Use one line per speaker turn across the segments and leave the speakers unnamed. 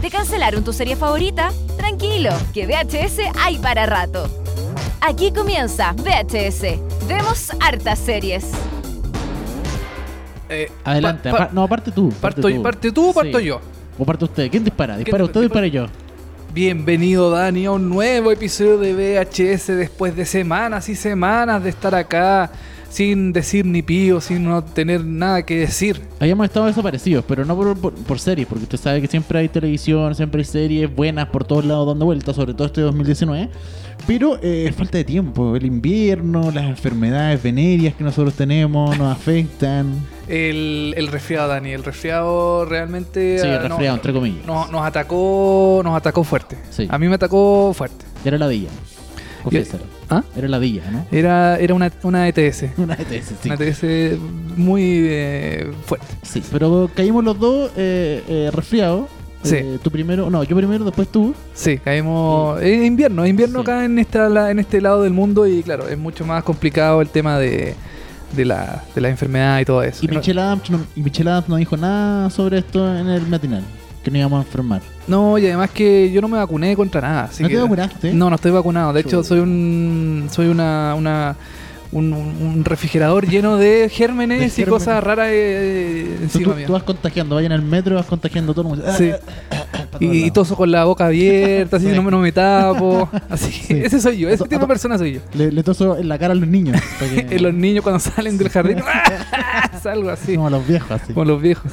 ¿Te cancelaron tu serie favorita? Tranquilo, que VHS hay para rato. Aquí comienza VHS. Vemos hartas series.
Eh,
Adelante,
pa- pa-
apar- no, aparte tú.
parto, yo- parte tú o parto
Sí.
yo.
O parte usted. ¿Quién dispara? ¿Dispara
¿Quién-
usted o dispara yo?
Bienvenido Dani a un nuevo episodio de VHS después de semanas y semanas de estar acá sin decir ni pío, sin no tener nada que decir.
Habíamos estado desaparecidos, pero no por, por- por series, porque usted sabe que siempre hay televisión, siempre hay series buenas por todos lados dando vueltas, sobre todo este 2019. Pero eh, falta de tiempo, el invierno, las enfermedades venéreas que nosotros tenemos nos afectan.
El, el resfriado Dani, el resfriado realmente
Sí,
ah,
el resfriado, entre comillas.
no- nos atacó, nos atacó fuerte.
Sí.
A mí me atacó fuerte.
Era la dilla. Confiésalo.
¿Ah?
Era la dilla, ¿no?
Era, era una, una ETS.
Una ETS, sí.
Una ETS muy eh, fuerte.
Sí, pero caímos los dos eh, eh, resfriados.
Sí.
Eh, tú primero, no, yo primero, después tú.
Sí, caemos. Es invierno, es invierno
Sí.
acá en, esta, la- en este lado del mundo y claro, es mucho más complicado el tema de, de, la, de la enfermedad y todo eso.
Y Michelle, Adams no, y Michelle Adams no dijo nada sobre esto en el matinal, que nos íbamos a enfermar.
No, y además que yo no me vacuné contra nada. así
¿No
que-
te vacunaste?
No, no estoy vacunado. De hecho,
Chuta.
soy un. Soy una. una un, un refrigerador lleno de gérmenes
De
y
gérmenes.
cosas raras eh,
Tú,
encima
tú-
mío.
tú Ah, vas contagiando, vayan al metro, vas contagiando a todo el mundo.
Sí.
Para todos
Y, y
lados.
toso con la boca abierta, así
Sí.
no, me- no me tapo. Así que
Sí.
ese soy yo,
A
ese
to-
tipo
a
de
to-
persona soy yo.
Le, le toso en la cara a los niños. para que-
Eh, Los niños cuando salen del jardín, ¡ah! salgo así.
Como a los viejos, así.
Con los viejos.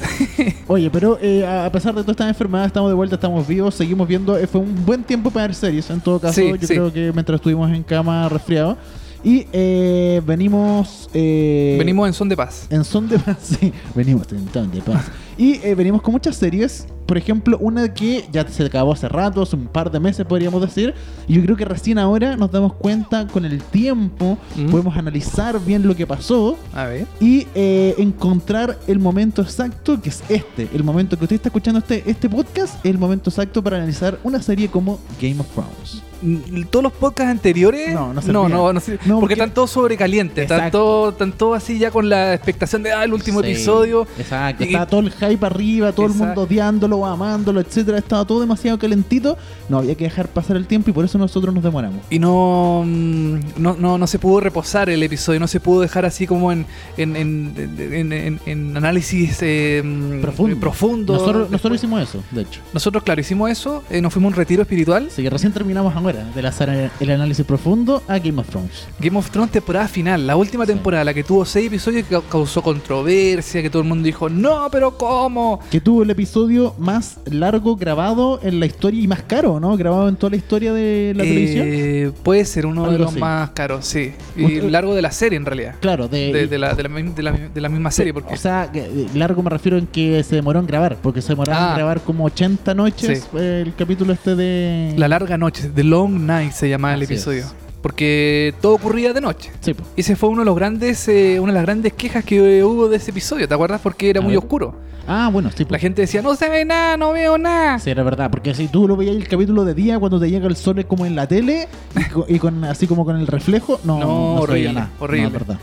Oye, pero eh, a a pesar de todas estas enfermedades, estamos de vuelta, estamos vivos, seguimos viendo. Eh, fue un buen tiempo para ver series, en todo caso.
Sí,
yo
sí.
creo que mientras estuvimos en cama resfriados. Y eh, venimos. eh,
Venimos en son de paz.
En son de paz, sí. Venimos en son de paz. Y eh, venimos con muchas series. Por ejemplo, una que ya se acabó hace rato, hace un par de meses podríamos decir. Y yo creo que recién ahora nos damos cuenta con el tiempo,
Mm.
podemos analizar bien lo que pasó
A ver.
y eh, encontrar el momento exacto, que es este. El momento que usted está escuchando este, este podcast, es el momento exacto para analizar una serie como Game of Thrones.
Mm, Todos los podcasts anteriores.
No, no
no,
servían.
no, no sirven,
No,
porque
porque-
están todos sobrecalientes. Están
Exacto.
todos, están todos así ya con la expectación de, ah, el último
Sí,
episodio.
Exacto.
Y-
Estaba todo el hype arriba, todo
Exacto.
el mundo odiándolo, amándolo, etcétera. Estaba todo demasiado calentito. No había que dejar pasar el tiempo y por eso nosotros nos demoramos.
Y no, mm, no, no, no se pudo reposar el episodio, no se pudo dejar así como en, en, en, en- en- en análisis eh, mm,
Profundo.
profundo.
Nosotros,
Después-
nosotros hicimos eso, de hecho.
nosotros, claro, hicimos eso, eh, nos fuimos a un retiro espiritual.
Así que recién terminamos ahora de lanzar el análisis profundo a Game of Thrones.
Game of Thrones temporada final, la última
Sí.
temporada, la que tuvo seis episodios y que ca- causó controversia, que todo el mundo dijo, no, pero ¿cómo?
Que tuvo el episodio más largo grabado en la historia y más caro, ¿no? Grabado en toda la historia de la
Eh,
televisión.
Puede ser uno de
Algo
los
así.
más caros, sí. Y
Un-
largo de la serie, en realidad.
Claro, de,
De, de la, de la mi- de la- de la misma serie, porque...
O sea, que- eh, largo me refiero en que se demoró en grabar, porque se demoraron
Ah.
en grabar como 80 noches
Sí.
eh, el capítulo este de...
La larga noche, The Long Night se llamaba el
Así
episodio.
es.
Porque todo ocurría de noche.
Sí, po.
Ese fue uno de los grandes, eh, una de las grandes quejas que eh, hubo de ese episodio, ¿te acuerdas? Porque era
A
muy
ver.
oscuro.
Ah, bueno, sí. po.
La gente decía, no se ve nada, no veo nada.
Sí, era verdad, porque si tú lo veías el capítulo de día cuando te llega el sol es como en la tele y co- y con, así como con el reflejo, no,
No,
no, se
horrible,
veía nada.
horrible.
No, es verdad.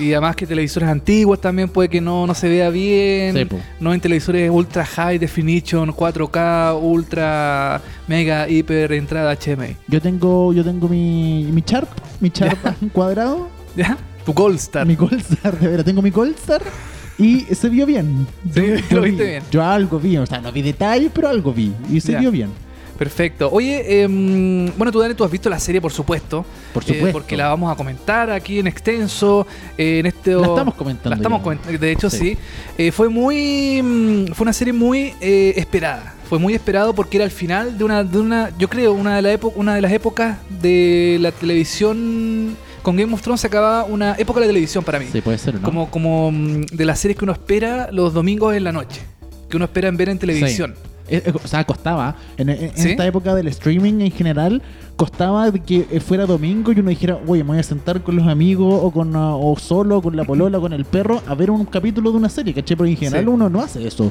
Y además que televisores antiguos también puede que no, no se vea bien.
Sí, po.
no en televisores ultra high definition, 4K, ultra mega hiper entrada HDMI.
Yo tengo, yo tengo mi, mi Sharp, mi Sharp cuadrado,
¿Ya? Tu Gold Star.
mi Goldstar, de veras, tengo mi Goldstar y se vio bien.
Sí,
Yo
lo
vi-
viste bien.
Yo algo vi, o sea, no vi detalles, pero algo vi y se
Ya.
vio bien.
Perfecto. Oye, em, bueno, tú Dani, tú has visto la serie, por supuesto.
Por
Eh,
supuesto.
porque la vamos a comentar aquí en extenso. eh, en este,
La estamos comentando
La estamos
ya.
comentando, de hecho sí.
Sí.
Eh, fue muy... mm, Fue una serie muy eh, esperada. Fue muy esperado porque era el final de una... De una yo creo, una de, la epo- una de las épocas de la televisión... Con Game of Thrones se acababa una época de la televisión para mí.
Sí, puede ser, ¿no?
Como, como mm, de las series que uno espera los domingos en la noche. Que uno espera en ver en televisión.
Eh, eh, O sea, costaba. En, en- en
¿Sí?
esta época del streaming en general, costaba de que eh, fuera domingo y uno dijera, oye, me voy a sentar con los amigos o con ah, o solo, con la polola, con el perro, a ver un capítulo de una serie, ¿cachai? Porque en general
Sí.
uno no hace eso.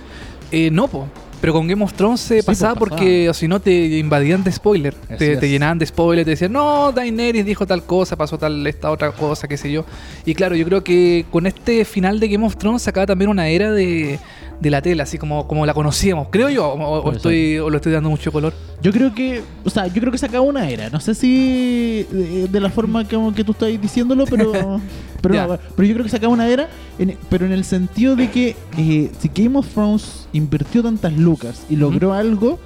Eh, no, po. Pero con Game of Thrones se
Sí, po,
pasaba
pasaba.
porque o si no te invadían de spoiler.
Así
Te,
es.
te llenaban de spoiler, te decían, no, Daenerys dijo tal cosa, pasó tal esta otra cosa, qué sé yo. Y claro, yo creo que con este final de Game of Thrones se acaba también una era de, de la tela, así como, como la conocíamos, creo yo, o, o
Puede
estoy, o lo estoy dando mucho color.
Yo creo que, o sea, yo creo que se acaba una era. No sé si eh, de, de la forma que, que tú estás diciéndolo, pero pero,
Ya.
no, pero yo creo que se acaba una era, en- pero en el sentido de que eh, si Game of Thrones invirtió tantas lucas y logró algo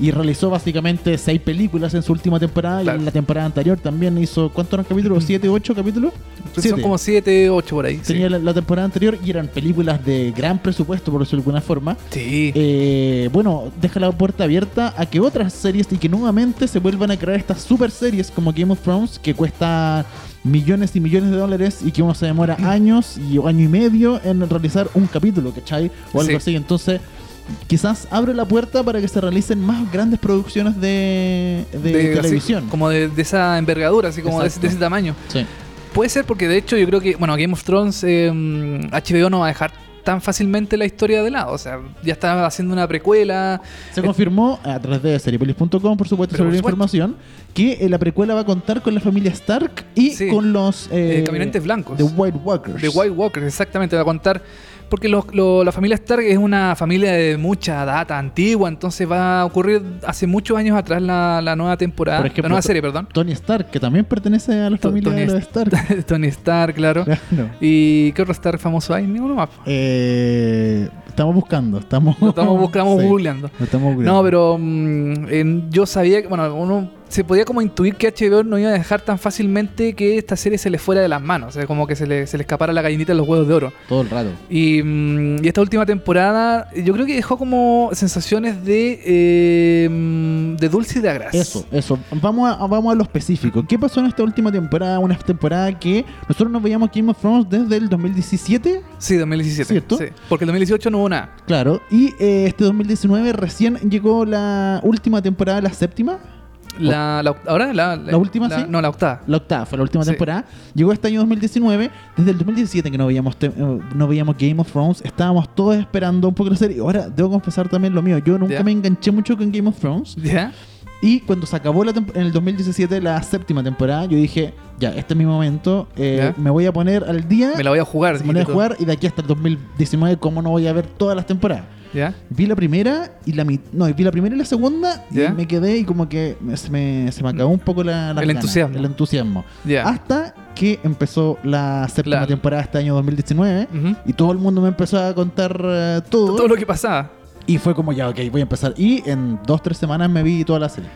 y realizó básicamente seis películas en su última temporada
Claro.
y en la temporada anterior también hizo ¿cuántos eran capítulos? ¿Siete, ocho capítulos?
Son como 7, 8 por ahí. sí.
Tenía la, la temporada anterior y eran películas de gran presupuesto, por decirlo de alguna forma.
Sí.
Eh, bueno, deja la puerta abierta a que otras series y que nuevamente se vuelvan a crear estas super series como Game of Thrones que cuesta millones y millones de dólares y que uno se demora años y o año y medio en realizar un capítulo, ¿cachai? O algo
Sí.
así. Entonces, quizás abre la puerta para que se realicen más grandes producciones de, de
así,
televisión.
como de, de esa envergadura, así como de ese,
Exacto.
de ese tamaño.
Sí.
Puede ser porque de hecho yo creo que, bueno, Game of Thrones, eh, HBO no va a dejar tan fácilmente la historia de lado. O sea, ya está haciendo una precuela.
Se confirmó a través de seriepolis.com, por supuesto,
Pero
sobre la
por
información, que eh, la precuela va a contar con la familia Stark y
Sí.
con los
eh,
eh,
Caminantes Blancos.
The White Walkers.
De White Walkers, exactamente, va a contar. Porque los- lo- la familia Stark es una familia de mucha data antigua, entonces va a ocurrir hace muchos años atrás la, la nueva temporada,
Por ejemplo,
la nueva
to-
serie, perdón.
Tony Stark, que también pertenece a la
To-
familia de los Stark.
Tony Stark, claro.
Claro.
¿Y qué otro Stark famoso hay? Ninguno más.
Eh, estamos buscando, estamos,
Lo estamos buscando,
Sí,
googleando.
lo estamos googleando.
No, pero mm, en- yo sabía que, bueno, uno se podía como intuir que HBO no iba a dejar tan fácilmente que esta serie se le fuera de las manos, o sea, como que se le, se le escapara la gallinita de los huevos de oro.
Todo el rato.
Y, mm, y esta última temporada yo creo que dejó como sensaciones de, eh, mm, de dulce y de agras.
Eso, eso. Vamos a, vamos a lo específico. ¿Qué pasó en esta última temporada? Una temporada que nosotros nos veíamos Game of Thrones desde el 2017,
Sí, 2017.
¿Cierto?
Sí, porque el 2018 no hubo nada.
Claro, y eh, este 2019 recién llegó la última temporada, la séptima.
La, la oct- ahora la,
Oh. ¿La última, sí?
No, la octava.
La octava fue la última
Sí.
temporada. Llegó este año 2019. Desde el 2017 que no veíamos, tem- eh, no veíamos Game of Thrones. Estábamos todos esperando un poco la serie. Ahora, debo confesar también lo mío. Yo nunca
Ya.
me enganché mucho con Game of Thrones.
¿Ya?
Y cuando se acabó la temp- en el 2017 la séptima temporada, yo dije, ya, este es mi momento. eh,
Ya.
Me voy a poner al día.
Me la voy a jugar.
me voy a
dijiste tú.
jugar. Y de aquí hasta el 2019, ¿cómo no voy a ver todas las temporadas?
¿Ya?
Vi la primera y la mit- no, y vi la primera y la segunda
¿Ya?
y me quedé y como que me- se me, se me acabó un poco la, la
El entusiasmo.
el entusiasmo.
¿Ya?
Hasta que empezó la séptima
Claro.
temporada este año 2019
Ujú.
y todo el mundo me empezó a contar eh, todo,
Todo lo que pasaba.
y fue como ya, ok, voy a empezar y en dos tres semanas me vi toda la serie.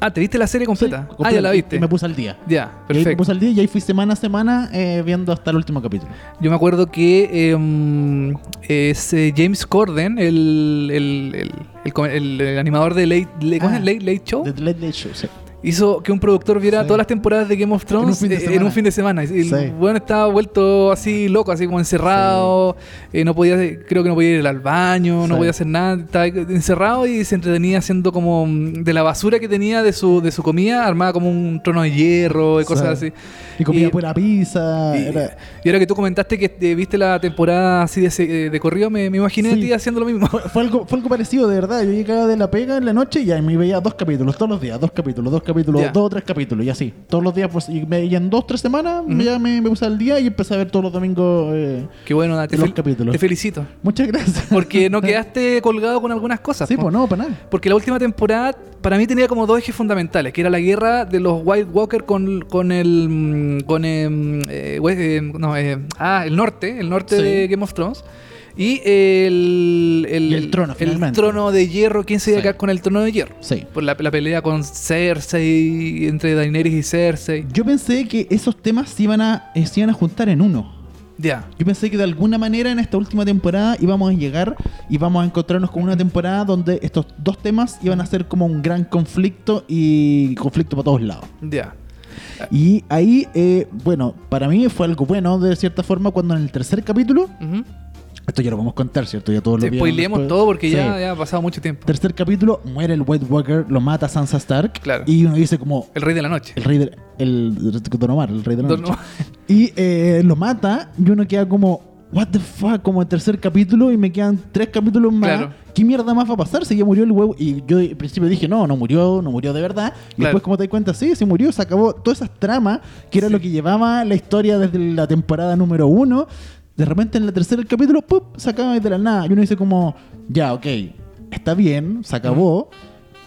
Ah, ¿te viste la serie completa? ah,
Completa,
ya la
y-
viste.
Y me puse al día.
Ya,
Y ahí me
perfecto.
puse al día y ahí fui semana a semana eh, viendo hasta el último capítulo.
Yo me acuerdo que eh, mm, es eh, James Corden, el, el, el, el com- el- el animador de Late, Le- ¿cómo
Ah.
es? Late, Late Show,
The Late Late Show, sí.
hizo que un productor viera
Sí.
todas las temporadas de Game of Thrones
fin de
eh, en
semana.
un fin de semana. Y El
Sí.
bueno estaba vuelto así loco, así como encerrado, eh, no podía, creo que no podía ir al baño, no
Sí.
podía hacer nada, estaba encerrado y se entretenía haciendo como mm, de la basura que tenía de su, de su comida, armaba como un trono de hierro y cosas
Sí.
así.
Y comía
Y-
buena pizza.
Y,
era-
y ahora que tú comentaste que eh, viste la temporada así de, se- eh, de corrido, me, me imaginé
Sí.
a ti haciendo lo mismo.
Fue, fue algo, fue algo parecido, de verdad. Yo llegaba de la pega en la noche y ahí me veía dos capítulos todos los días, dos capítulos, dos capítulos,
Ya.
dos o tres capítulos, y así. Todos los días, pues, y, me- y en dos tres semanas
Ujú.
ya me, me puse al día y empecé a ver todos los domingos. eh,
Qué bueno, Nat, te,
Los
fel-
capítulos.
te felicito.
Muchas gracias.
Porque no quedaste colgado con algunas cosas.
Sí,
po.
pues no, para nada.
Porque la última temporada para mí tenía como dos ejes fundamentales, que era la guerra de los White Walker con, con el mm, con em, eh, we- em, no, eh, ah, el norte, el norte
Sí.
de Game of Thrones. Y el, el,
Y el trono, finalmente.
trono de hierro, ¿quién se iba a
Sí.
quedar con el trono de hierro?
Sí.
Por la, la pelea con Cersei, entre Daenerys y Cersei.
Yo pensé que esos temas se iban a, eh, se iban a juntar en uno.
Ya.
Yo pensé que de alguna manera en esta última temporada íbamos a llegar y vamos a encontrarnos con una temporada donde estos dos temas iban a ser como un gran conflicto y conflicto para todos lados.
Ya.
Y ahí, eh, bueno, para mí fue algo bueno de cierta forma cuando en el tercer capítulo,
Ujú.
esto ya lo vamos a contar, ¿cierto? Ya todos lo
Sí,
vieron
spoileemos
después.
todo porque
Sí.
ya, ya ha pasado mucho tiempo.
Tercer capítulo, muere el White Walker, lo mata Sansa Stark.
Claro.
Y uno dice como,
El rey de la noche.
el rey de, el, Don Omar, el rey de la
Don
noche.
Omar.
Y eh, lo mata y uno queda como, what the fuck, como el tercer capítulo y me quedan tres capítulos más.
Claro.
¿Qué mierda más va a pasar? Si ya murió el huevo. Y yo al principio dije, no, no murió, no murió de verdad. Y
Claro.
después como te das cuenta, sí, se murió, se acabó todas esas tramas, que era lo que llevaba la historia desde la temporada número uno. de repente en la tercera del capítulo, ¡pup! se acaba de la nada. Y uno dice como, ya, ok, está bien, se acabó,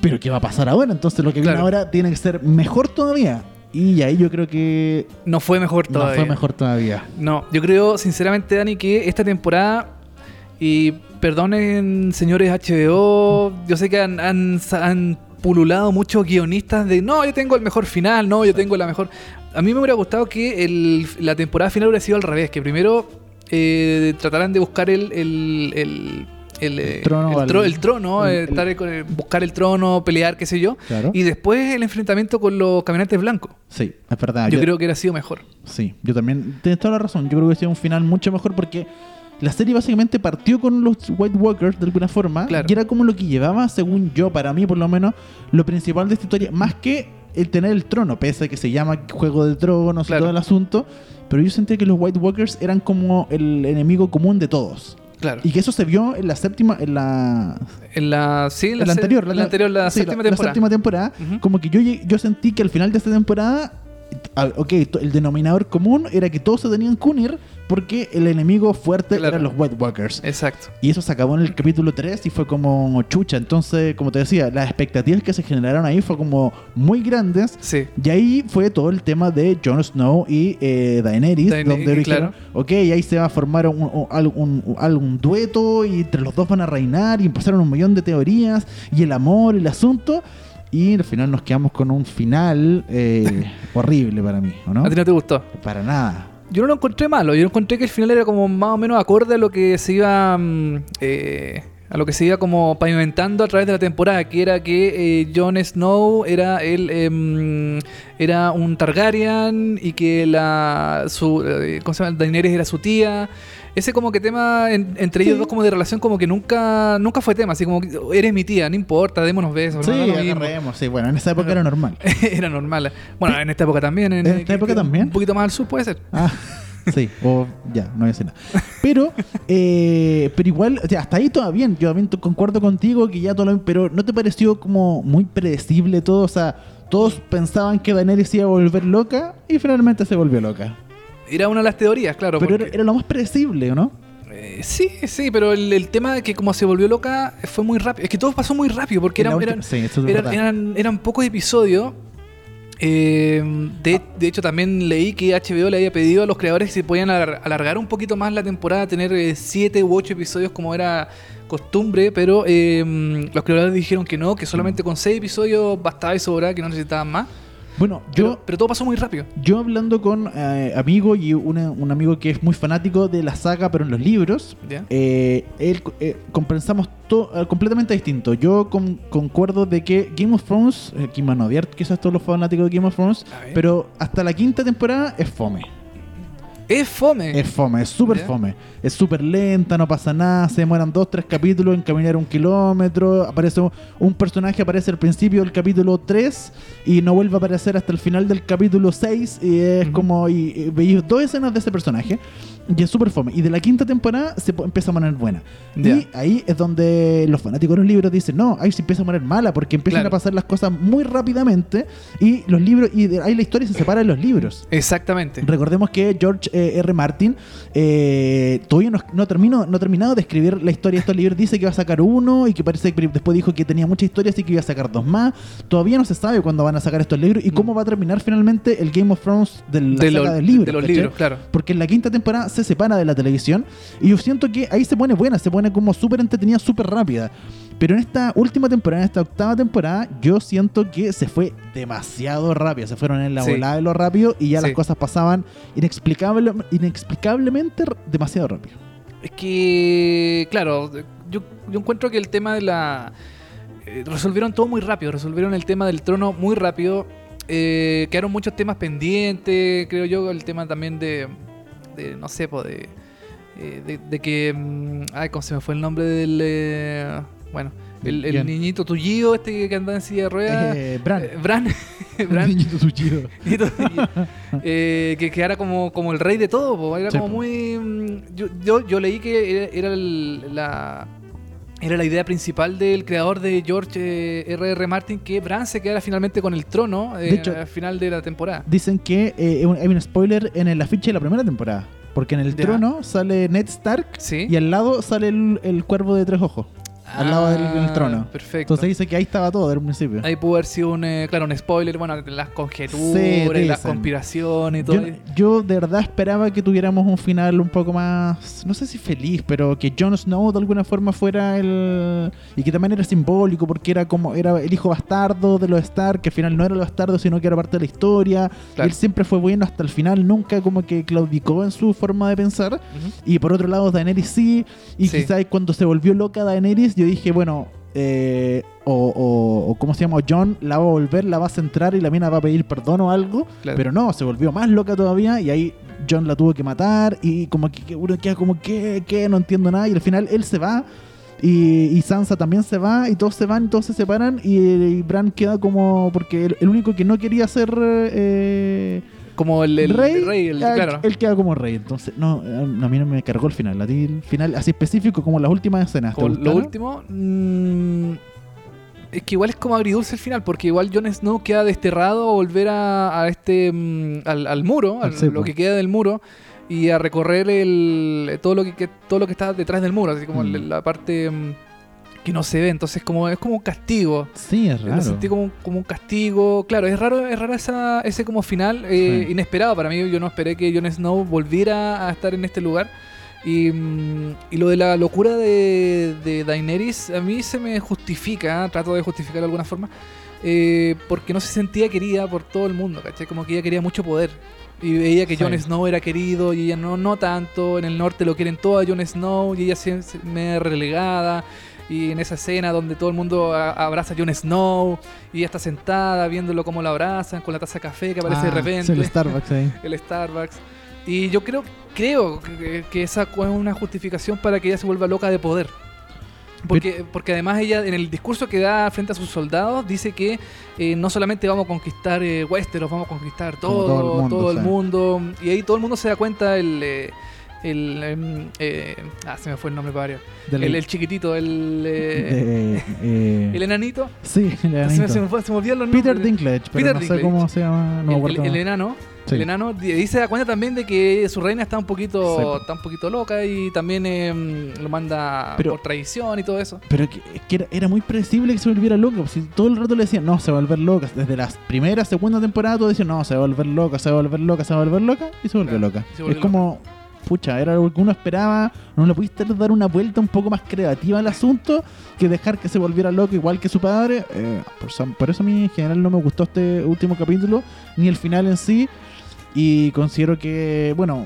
pero ¿qué va a pasar ahora? Entonces lo que viene
Claro.
ahora tiene que ser mejor todavía. Y ahí yo creo que
No fue mejor
no
todavía.
fue mejor todavía.
No, yo creo sinceramente, Dani, que esta temporada, y perdonen señores HBO, yo sé que han, han- han pululado muchos guionistas de, no, yo tengo el mejor final, no, yo tengo la mejor... A mí me hubiera gustado que el- la temporada final hubiera sido al revés, que primero eh, trataran de buscar el... el- el- el, eh,
trono
el
al-
tro- el trono,
el-
eh,
el-
estar con el- buscar el trono, pelear, qué sé yo,
Claro.
y después el enfrentamiento con los caminantes blancos.
Sí, es verdad.
yo creo que hubiera sido mejor.
Sí, yo también. Tienes toda la razón. Yo creo que sido un final mucho mejor porque la serie básicamente partió con los White Walkers de alguna forma.
Claro.
Y era como lo que llevaba, según yo, para mí por lo menos, lo principal de esta historia. Más que el tener el trono, pese a que se llama Juego de Tronos
Claro.
y todo el asunto. Pero yo sentía que los White Walkers eran como el enemigo común de todos.
Claro.
Y que eso se vio en la séptima, en la
En la, sí, en
la,
la, se-
anterior,
la, anterior, la
sí,
séptima temporada.
séptima temporada,
Ujú.
como que yo, llegué- yo sentí que al final de esta temporada, a- ok, to- el denominador común era que todos se tenían que unir porque el enemigo fuerte
Claro. Eh.
eran los White Walkers.
Exacto.
Y eso se acabó en el capítulo 3 y fue como chucha. Entonces, como te decía, las expectativas que se generaron ahí fue como muy grandes.
Sí.
Y ahí fue todo el tema de Jon Snow y eh, Daenerys,
Daenerys,
donde dijeron,
claro.
ok, ahí se va a formar un, un- algún- un- algún dueto y entre los dos van a reinar y empezaron un millón de teorías y el amor, el asunto. Y al final nos quedamos con un final eh, horrible para mí, ¿o no?
A ti no te gustó.
Para nada.
Yo no lo encontré malo. Yo encontré que el final era como más o menos acorde a lo que se iba. mm, eh, a lo que se iba como pavimentando a través de la temporada, que era que eh, Jon Snow era el em, era un Targaryen y que la su eh, ¿cómo se llama? Daenerys era su tía. Ese como que tema en- entre ellos
Sí.
dos como de relación como que nunca nunca fue tema, así como que, "Oh, eres mi tía, no importa, démonos besos,
Sí,
no, no, no, no".
agarremos, sí, bueno, en esa época era normal.
era normal. Bueno, en esta época también. En, eh,
¿En esta época también?
Un poquito más al sur puede ser.
Ah, sí, o ya, no voy a decir nada. Pero, eh, pero igual, o sea, hasta ahí todo bien. Yo también to- concuerdo contigo que ya todo lo bien, pero ¿no te pareció como muy predecible todo? O sea, todos pensaban que Daenerys se iba a volver loca y finalmente se volvió loca.
Era una de las teorías, claro.
Pero era,
porque-
era lo más predecible, ¿o ¿no?
eh, sí, sí, pero el, el tema de que como se volvió loca eh, fue muy rápido. Es que todo pasó muy rápido porque
En la
eran,
última-
eran,
sí, eso es
eran-
verdad.
eran- eran pocos episodios. Eh, de, de hecho, también leí que HBO le había pedido a los creadores si podían alar- alargar un poquito más la temporada, tener 7 u 8 episodios como era costumbre, pero eh, los creadores dijeron que no, que solamente con 6 episodios bastaba y sobraba, que no necesitaban más.
Bueno, yo,
Pero- pero todo pasó muy rápido.
yo hablando con eh, amigo y una- un amigo que es muy fanático de la saga, pero en los libros,
¿Ya?
Eh, él, eh, compensamos to- eh, completamente distinto. Yo con- concuerdo de que Game of Thrones, eh, que me van a odiar quizás todos los fanáticos de Game of Thrones,
A ver.
pero hasta la quinta temporada es fome.
Es fome.
Es fome, es súper
¿Ya?
fome. Es súper lenta, no pasa nada, se demoran dos, tres capítulos en caminar un kilómetro, aparece un, un personaje, aparece al principio del capítulo 3 y no vuelve a aparecer hasta el final del capítulo 6 y es
Ujú.
como, y, y veis dos escenas de ese personaje y es súper fome. Y de la quinta temporada se po- empieza a poner buena.
Ya.
Y ahí es donde los fanáticos de los libros dicen, no, ahí se empieza a poner mala porque empiezan
Claro.
a pasar las cosas muy rápidamente y los libros, y de- ahí la historia se separa de los libros.
Exactamente.
Recordemos que George eh, R. Martin eh, todavía no, no, terminó- no ha terminado de escribir la historia de estos libros. Dice que va a sacar uno y que parece que después dijo que tenía muchas historias así que iba a sacar dos más. Todavía no se sabe cuándo van a sacar estos libros y cómo va a terminar finalmente el Game of Thrones de la
Mm. de,
saga
lo-
de libros.
de los
¿cachai?
libros, claro.
Porque en la quinta temporada se separa de la televisión y yo siento que ahí se pone buena, se pone como súper entretenida, súper rápida. Pero en esta última temporada, en esta octava temporada, yo siento que se fue demasiado rápido. Se fueron en la
Sí.
volada de lo rápido y ya las
Sí.
cosas pasaban inexplicable, inexplicablemente r- demasiado rápido.
Es que, claro, yo, yo encuentro que el tema de la... eh, resolvieron todo muy rápido, resolvieron el tema del trono muy rápido. eh, quedaron muchos temas pendientes, creo yo, el tema también de, de, no sé, po, de, eh, de, de que... mm, Ay, ¿cómo se me fue el nombre del... eh, bueno, el, el
Bien.
niñito tullido este que andaba en silla de ruedas.
Eh, Bran.
eh, Bran. Bran.
Niño Tsuchido.
Y entonces- eh, que quedara como, como el rey de todo, po. era
Sí,
como
po.
muy... mm, Yo, yo, yo leí que era, era el- la, era la idea principal del creador de George eh, R.R. Martin que Bran se quedara finalmente con el trono eh,
De hecho-
al final de la temporada.
Dicen que eh, hay un spoiler en el afiche de la primera temporada. Porque en el
Ya.
trono sale Ned Stark
Sí.
y al lado sale el, el cuervo de tres ojos. al lado del, del trono.
Ah, Perfecto.
Entonces dice que ahí estaba todo del principio.
Ahí pudo haber sido un, eh, claro, un spoiler, bueno, las
Sí,
conjeturas,
dicen.
las conspiraciones y todo.
Yo, yo de verdad esperaba que tuviéramos un final un poco más, no sé si feliz, pero que Jon Snow de alguna forma fuera el... Y que también era simbólico porque era como era el hijo bastardo de los Stark, que al final no era el bastardo, sino que era parte de la historia.
Claro.
Él siempre fue bueno hasta el final, nunca como que claudicó en su forma de pensar.
Ujú.
Y por otro lado, Daenerys sí. Y
Sí.
quizás cuando se volvió loca Daenerys, yo dije, bueno, eh, o, o- o ¿cómo se llama? John la va a volver, la va a centrar y la mina va a pedir perdón o algo.
Claro.
Pero no, se volvió más loca todavía y ahí John la tuvo que matar y como que que uno queda como, ¿qué? ¿Qué? No entiendo nada. Y al final él se va. Y, y Sansa también se va, y todos se van, y todos se separan, y, y Bran queda como. Porque el, el único que no quería ser eh,
Como el, el rey, el,
ah,
claro.
él queda como rey. Entonces, no, eh, a mí no me cargó el final. A ti el final, así específico, como las últimas escenas. ¿te
Como lo
gustaron?
último, mm, es que igual es como agridulce el final, porque igual Jon Snow queda desterrado a volver a, a este mm, al, al muro, al-
Ah, Sí,
lo
po.
que queda del muro, y a recorrer el, todo lo que, que- todo lo que está detrás del muro, así como
Mm.
la- la parte mm, que no se ve. Entonces como es como un castigo.
Sí, es
Lo
raro.
sentí como, como un castigo. Claro, es raro, es raro esa- ese como final eh,
Sí.
inesperado para mí. Yo no esperé que Jon Snow volviera a estar en este lugar. Y, mm, y lo de la locura de, de Daenerys a mí se me justifica, ¿eh? trato de justificar de alguna forma, eh, porque no se sentía querida por todo el mundo, ¿cachai? Como que ella quería mucho poder. Y veía que
Sí.
Jon Snow era querido y ella no, no tanto. En el norte lo quieren todo a Jon Snow y ella se, se- media relegada. Y en esa escena donde todo el mundo a- abraza a Jon Snow y ella está sentada viéndolo como lo abrazan con la taza de café que aparece de
Ah,
repente
sí, el Starbucks ahí.
el Starbucks. Y yo creo, creo que, que esa es una justificación para que ella se vuelva loca de poder. Porque, porque además ella en el discurso que da frente a sus soldados dice que eh, no solamente vamos a conquistar eh, Westeros, vamos a conquistar
Como
todo,
todo el
todo el, mundo,
mundo, sí.
Y ahí todo el mundo se da cuenta el... eh, el, em, eh, ah, se me fue el nombre para variar.
Del-
El, el chiquitito, el, eh,
de- eh,
el enanito.
sí, el
Ah, Se me, se me
enanito.
fue- se me olvidaron los
Peter
nombres.
Dinklage, pero
Peter
no sé
Dinklage.
cómo se llama. No me
El-
acuerdo.
el, el enano.
Sí.
El enano di- y se da cuenta también de que su reina está un
Sí,
poquito,
po.
está un poquito loca y también em, lo manda
Pero-
por traición y todo eso.
Pero que, que era, era muy predecible que se volviera loca. pues, Si todo el rato le decían, no, se va a volver loca. Desde la primera, segunda temporada, todos decían, no, se va a volver loca, se va a volver loca, se va a volver loca. Y se volvió
Claro,
loca.
y se volvió
es como, pucha, era lo que uno esperaba. No le pudiste dar una vuelta un poco más creativa al asunto que dejar que se volviera loca igual que su padre. Eh, por, eso- por eso a mí en general no me gustó este último capítulo, ni el final en sí. Y considero que, bueno,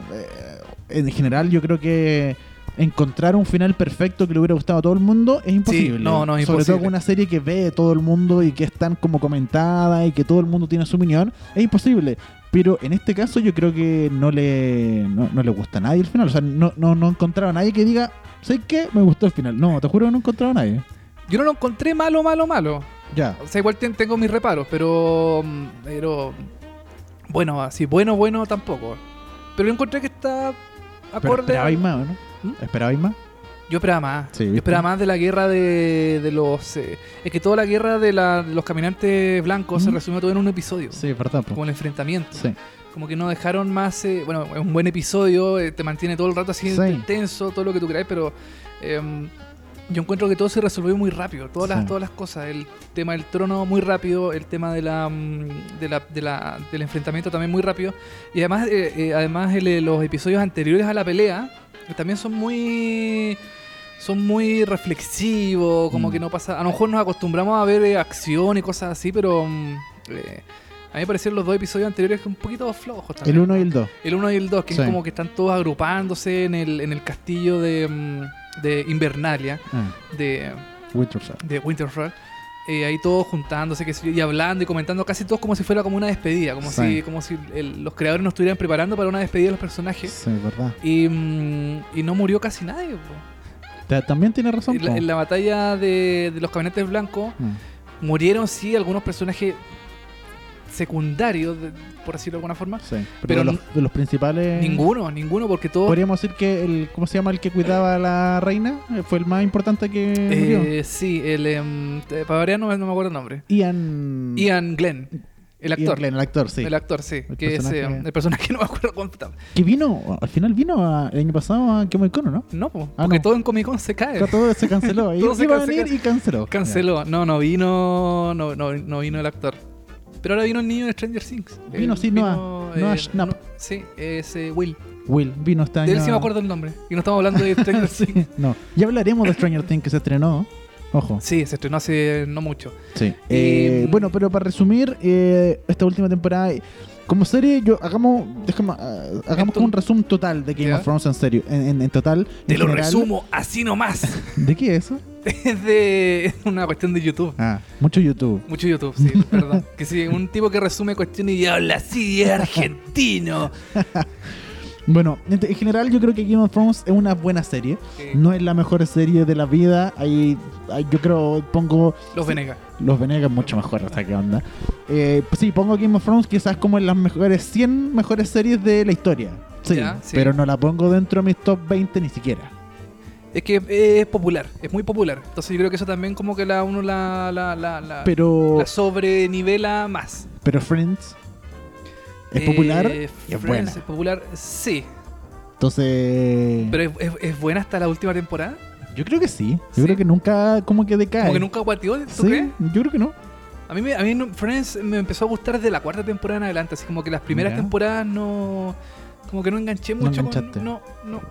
eh, en general yo creo que encontrar un final perfecto que le hubiera gustado a todo el mundo es imposible.
no, no, es
Sobre todo
imposible.
con una serie que ve todo el mundo y que es tan como comentada y que todo el mundo tiene su opinión, es imposible. Pero en este caso yo creo que no le, no, no le gusta a nadie el final. O sea, no, no, no encontraba a nadie que diga, ¿sabes qué? Me gustó el final. No, te juro que no encontraba a nadie.
Yo no lo encontré malo, malo, malo.
Ya.
O sea, igual ten- tengo mis reparos, pero. mm, Pero. Bueno, así, bueno, bueno tampoco. Pero yo encontré que está
Pero
acorde. a-
esperabais más, ¿no?
¿Mm?
¿Esperabais más?
Yo esperaba más.
Sí,
yo
¿viste?
esperaba más de la guerra de, de los. eh, es que toda la guerra de, la- de los caminantes blancos se
Ujú.
resumió todo en un episodio.
Sí, verdad. po.
Como el enfrentamiento.
Sí.
como que no dejaron más. eh, bueno, es un buen episodio, eh, te mantiene todo el rato así
Sí.
tenso, todo lo que tú creas, pero em, yo encuentro que todo se resolvió muy rápido, todas, las,
Sí.
todas las cosas. El tema del trono muy rápido, el tema de la, mm, de la, de la- del enfrentamiento también muy rápido. Y además, eh, eh, además el, eh, los episodios anteriores a la pelea eh, también son muy. Son muy reflexivos, como
Mm.
que no pasa. A lo mejor nos acostumbramos a ver eh, acción y cosas así, pero. mm, eh, a mí me parecieron los dos episodios anteriores que un poquito flojos
El
también.
1 y el 2.
El 1 y el 2, que
Sí.
es como que están todos agrupándose en el, en el castillo de, mm, de Invernalia,
Ah,
de,
Winterfell.
de Winterfell. Eh, ahí todos juntándose qué sé yo, y hablando y comentando casi todos como si fuera como una despedida, como
Sí.
si, como si el- los creadores nos estuvieran preparando para una despedida de los personajes.
Sí, verdad.
Y, mm, y no murió casi nadie. po.
Ta- También tiene razón.
En la,
po.
en la batalla de, de los caminantes blancos
Mm.
murieron sí algunos personajes secundarios, de- por decirlo de alguna forma.
Sí, pero,
Pero
de los, de los principales.
Ninguno, ninguno, porque todos.
Podríamos decir que el. ¿Cómo se llama el que cuidaba a la reina? Eh, Fue el más importante que murió.
Eh, sí, el. em, eh, para variar no, me- no me acuerdo el nombre.
Ian.
Ian Glenn. El actor.
Mm. Ian Glenn, el actor, sí.
El actor, sí.
El
que es eh,
personaje-
el personaje, no me acuerdo cómo estaba.
Que vino, al final vino a- el año pasado a Comic Con, ¿o ¿no?
No, po,
Ah,
porque
no.
todo en Comic Con se cae.
Está Todo se canceló.
Eh. Todo se
iba a
canceló.
venir y canceló.
Canceló. No, no vino, no, no, no vino el actor. Pero ahora vino el niño de Stranger Things.
Vino,
Él
sí, Noah- Noah Schnapp.
sí, es eh, Will.
Ya. Will vino este
De él
año
sí me
a-
acuerdo el nombre. Y no estamos hablando de Stranger Things.
No, ya hablaremos de Stranger Things que se estrenó. Ojo.
Sí, se estrenó hace no mucho.
Sí. Eh,
Y-
bueno, pero para resumir, eh, esta última temporada, eh, como serie, yo hagamos, déjame, ah, hagamos
Entonces-
como un resumen total de Game
Ya.
of Thrones en serio, en, en- en total.
Te
en
lo
general.
resumo así nomás.
¿De qué es eso?
Es de una cuestión de YouTube.
Ah, mucho YouTube.
Mucho YouTube, sí, perdón. Que sí, un tipo que resume cuestiones y habla así, es argentino.
Bueno, en, en general yo creo que Game of Thrones es una buena serie.
Sí.
No es la mejor serie de la vida. Ahí, ahí yo creo pongo
Los Venegas.
Los Venegas mucho mejor, hasta qué onda. Eh, pues sí, pongo Game of Thrones quizás como en las mejores 100 mejores series de la historia. Sí,
Ya, sí.
pero no la pongo dentro de mis top 20 ni siquiera.
Es que eh, es popular, es muy popular. Entonces yo creo que eso también como que la uno la, la, la, la,
Pero,
la sobrenivela más.
pero Friends es popular
Eh,
y es
Friends
buena.
Es popular, sí.
Entonces,
Pero es, es- es buena hasta la última temporada.
yo creo que sí. Yo
Sí.
creo que nunca como que decae.
Como que nunca guateó, ¿tú
sí,
crees?
yo creo que no.
A mí, me- a mí no- Friends me empezó a gustar desde la cuarta temporada en adelante. Así como que las primeras
Ya.
temporadas no... Como que no enganché
No
mucho. con-
enganchaste.
no, no.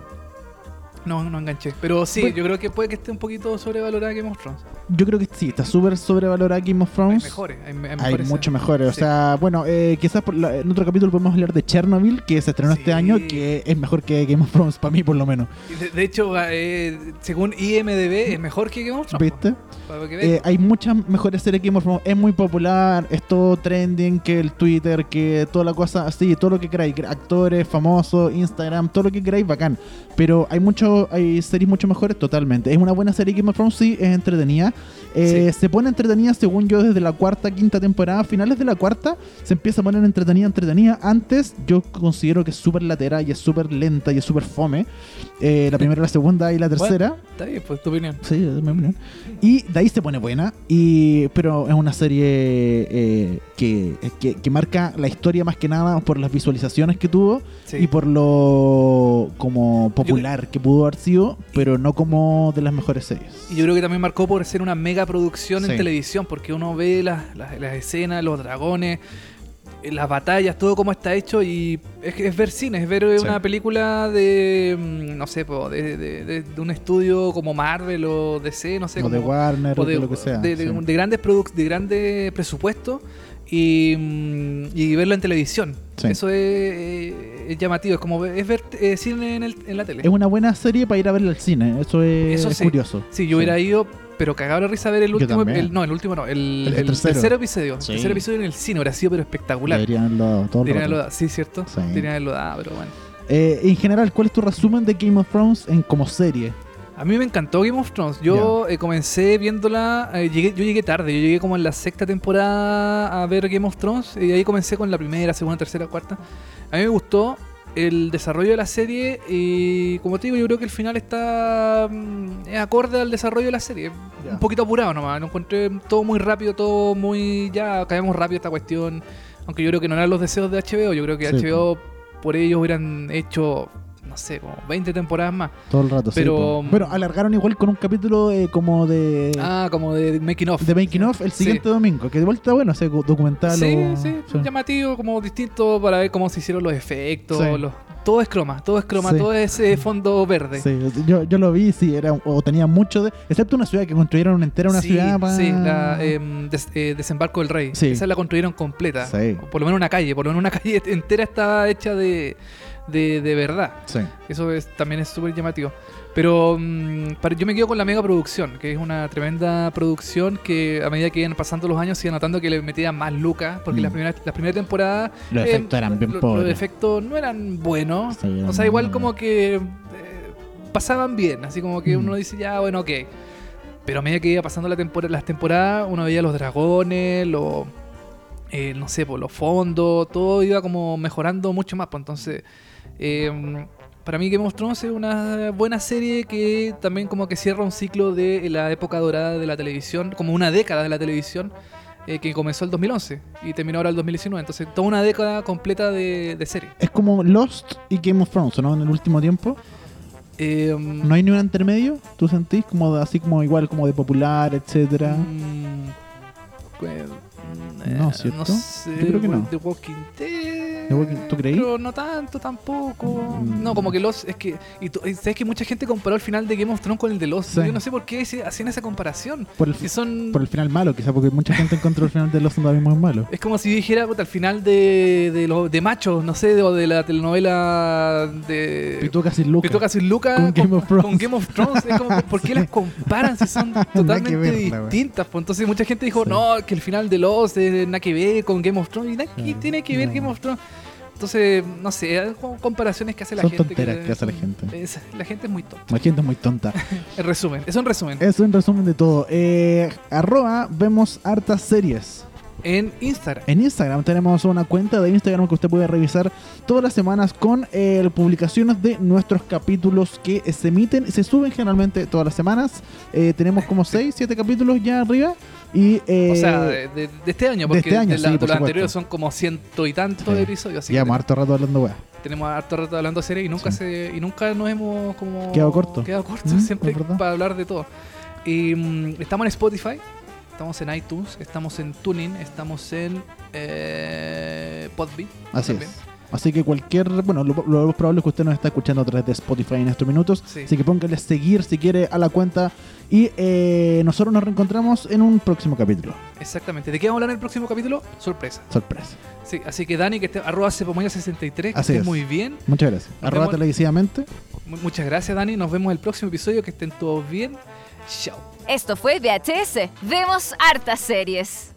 No, no enganché. Pero sí,
Pues-
yo creo que puede que esté un poquito sobrevalorada Game of Thrones.
Yo creo que sí, está súper sobrevalorada Game of
Hay
Thrones.
mejores. Hay, me- hay
Hay
mejores
mucho
series.
mejores. O
Sí.
sea, bueno, eh, quizás por la- en otro capítulo podemos hablar de Chernobyl, que se estrenó
Sí.
este año, que es mejor que Game of Thrones, para mí por lo menos.
De, de hecho, eh, según IMDB, es mejor que Game of Thrones.
¿Viste?
Para que veas.
Eh, hay muchas mejores series que Game of Thrones. Es muy popular, es todo trending, que el Twitter, que toda la cosa así, todo lo que queráis. Actores, famosos, Instagram, todo lo que queráis, bacán. Pero hay mucho, hay series mucho mejores totalmente. Es una buena serie Game of Thrones, sí, es entretenida. Eh, Se pone entretenida, según yo, desde la cuarta, quinta temporada. A finales de la cuarta se empieza a poner entretenida, entretenida. Antes yo considero que es súper lateral y es súper lenta y es súper fome. Eh, la primera, la segunda y la tercera.
Está bien, pues tu opinión.
Sí, es mi opinión. Y de ahí se pone buena, y, pero es una serie eh, que, que- que marca la historia más que nada por las visualizaciones que tuvo
Sí.
y por lo como popular que pudo haber sido, pero no como de las mejores series.
Y yo creo que también marcó por ser una mega producción
Sí.
en televisión, porque uno ve las, las- las escenas, los dragones, eh, las batallas, todo cómo está hecho y es, que es ver cine, es ver eh,
Sí.
una película de, mm, no sé, po, de, de- de- de un estudio como Marvel o DC, no sé,
o de
como-
Warner, o
o
de, lo que sea.
de- de-
sí.
de grandes produc- de grandes presupuestos y, mm, y verlo en televisión.
Sí.
Eso es, eh, es llamativo, es como ver, es ver eh, cine en, el- en la tele.
Es una buena serie para ir a verla al cine, eso es,
Eso
es
sí.
curioso.
Sí, yo hubiera ido, pero cagado de risa ver el
Yo
último.
también.
el- no, el último no, el,
El
el
tercero.
tercer episodio.
Sí.
El tercer episodio en el cine hubiera sido, pero espectacular.
Deberían haberlo dado todo el
Dirían
rato.
lo da- sí, ¿cierto?
Sí.
Dirían lo da, pero bueno.
Eh, en general, ¿cuál es tu resumen de Game of Thrones en como serie?
A mí me encantó Game of Thrones. Yo eh, comencé viéndola, eh, llegué, yo llegué tarde, yo llegué como en la sexta temporada a ver Game of Thrones y ahí comencé con la primera, segunda, tercera, cuarta. A mí me gustó el desarrollo de la serie y como te digo, yo creo que el final está mm, es acorde al desarrollo de la serie.
Ya.
Un poquito apurado nomás, lo encontré todo muy rápido, todo muy ya caemos rápido esta cuestión, aunque yo creo que no eran los deseos de HBO, yo creo que
Sí,
HBO por ellos hubieran hecho no sé, como 20 temporadas más.
Todo el rato, sí,
Pero- um,
po. Pero alargaron igual con un capítulo eh, como de,
Ah, como de making of.
de Making Off el
Sí.
siguiente domingo, que de vuelta, bueno, se documental
Sí,
o-
sí,
sí.
llamativo, como distinto para ver cómo se hicieron los efectos.
Sí.
los- todo es croma, todo es croma,
Sí.
todo es eh, fondo verde.
Sí, yo, yo lo vi, sí, era, o tenía mucho de... Excepto una ciudad que construyeron entera, una
Sí,
ciudad para...
sí, la, em, des- eh, Desembarco del Rey.
Sí.
Esa la construyeron completa.
Sí.
O Por lo menos una calle, por lo menos una calle entera está hecha de, de, de verdad.
Sí.
Eso es, también es súper llamativo. Pero mm, para- yo me quedo con la mega producción, que es una tremenda producción que a medida que iban pasando los años se iba notando que le metían más lucas, porque
Mm.
las primeras las primeras temporadas
Los
eh,
efectos eran bien
lo-
pobres.
Los efectos no eran buenos.
Sí, eran
o sea, igual
muy
como que eh, pasaban bien. Así como que
Mm.
uno dice, ya, bueno, ok. Pero a medida que iba pasando la tempora- las temporadas, uno veía los dragones, los. eh, no sé, por los fondos, todo iba como mejorando mucho más. pues, entonces, eh, para mí Game of Thrones es una buena serie que también como que cierra un ciclo de la época dorada de la televisión, como una década de la televisión. eh, que comenzó el 2011 y terminó ahora el 2019. Entonces, toda una década completa de, de serie.
Es como Lost y Game of Thrones, ¿no? En el último tiempo.
Eh,
¿No hay ni un intermedio? ¿Tú sentís como de- así como igual, como de popular, etcétera?
mm, eh,
No, ¿cierto?
No sé,
Yo creo que no.
The Walking Dead.
The Walking- ¿tú creí?
Pero no tanto tampoco.
Mm.
No, como que los. Es que. Y tú- y sabes que mucha gente comparó el final de Game of Thrones con el de Lost.
Sí.
Yo no sé por qué se- hacían esa comparación.
Por el,
Si son.
por el final malo, quizás porque mucha gente encontró el final de Lost también muy malo.
Es como si yo dijera, puta, al final de, de, los- de Macho, no sé, de, o de la telenovela de.
Pituca sin
Eh,
Lucas.
Pituca sin Lucas
Con Game of Thrones.
con Game of Thrones. Es como, ¿por qué las comparan si son totalmente
ver, la wea.
distintas? Pues entonces mucha gente dijo,
Sí.
no, que el final de Lost es nada que ver con Game of Thrones. Y nada que
Sí.
tiene que ver
No.
Game of Thrones. Entonces, no sé, hay como comparaciones que hace la
Son
gente.
tonteras que hace la gente.
es- la gente es muy tonta.
La gente es muy tonta.
En resumen, es un resumen.
Eso en resumen de todo. Eh, arroba, vemos hartas series.
En Instagram.
En Instagram tenemos una cuenta de Instagram que usted puede revisar todas las semanas con eh, publicaciones de nuestros capítulos que se emiten y se suben generalmente todas las semanas. Eh, tenemos como 6, 7 capítulos ya arriba. Y, eh,
o sea, de, de- de este año,
de
porque de,
este año,
la-
sí,
de
por
los
supuesto.
anteriores son como ciento y tantos
Sí.
episodios. Así que
llevamos harto rato hablando, weá.
tenemos harto rato hablando de series y nunca
Sí.
se y nunca nos hemos como
Quedado corto.
quedado corto,
Mm,
siempre
es verdad.
para hablar de todo y mm, estamos en Spotify estamos en iTunes estamos en Tuning estamos en eh, Podbean
Así
también.
es. Así que cualquier, bueno, lo, lo más probable es que usted nos está escuchando a través de Spotify en estos minutos.
Sí.
Así que póngale seguir si quiere a la cuenta. Y eh, nosotros nos reencontramos en un próximo capítulo.
exactamente de qué vamos a hablar en el próximo capítulo sorpresa
Sorpresa.
sí así que Dani que esté arroba cepomoya 63 que
Así
estés
es.
muy bien
Muchas gracias.
Nos
Arroba
vemos.
televisivamente.
Mu- muchas gracias Dani nos vemos en el próximo episodio que estén todos bien chao
Esto fue VHS. Vemos hartas series.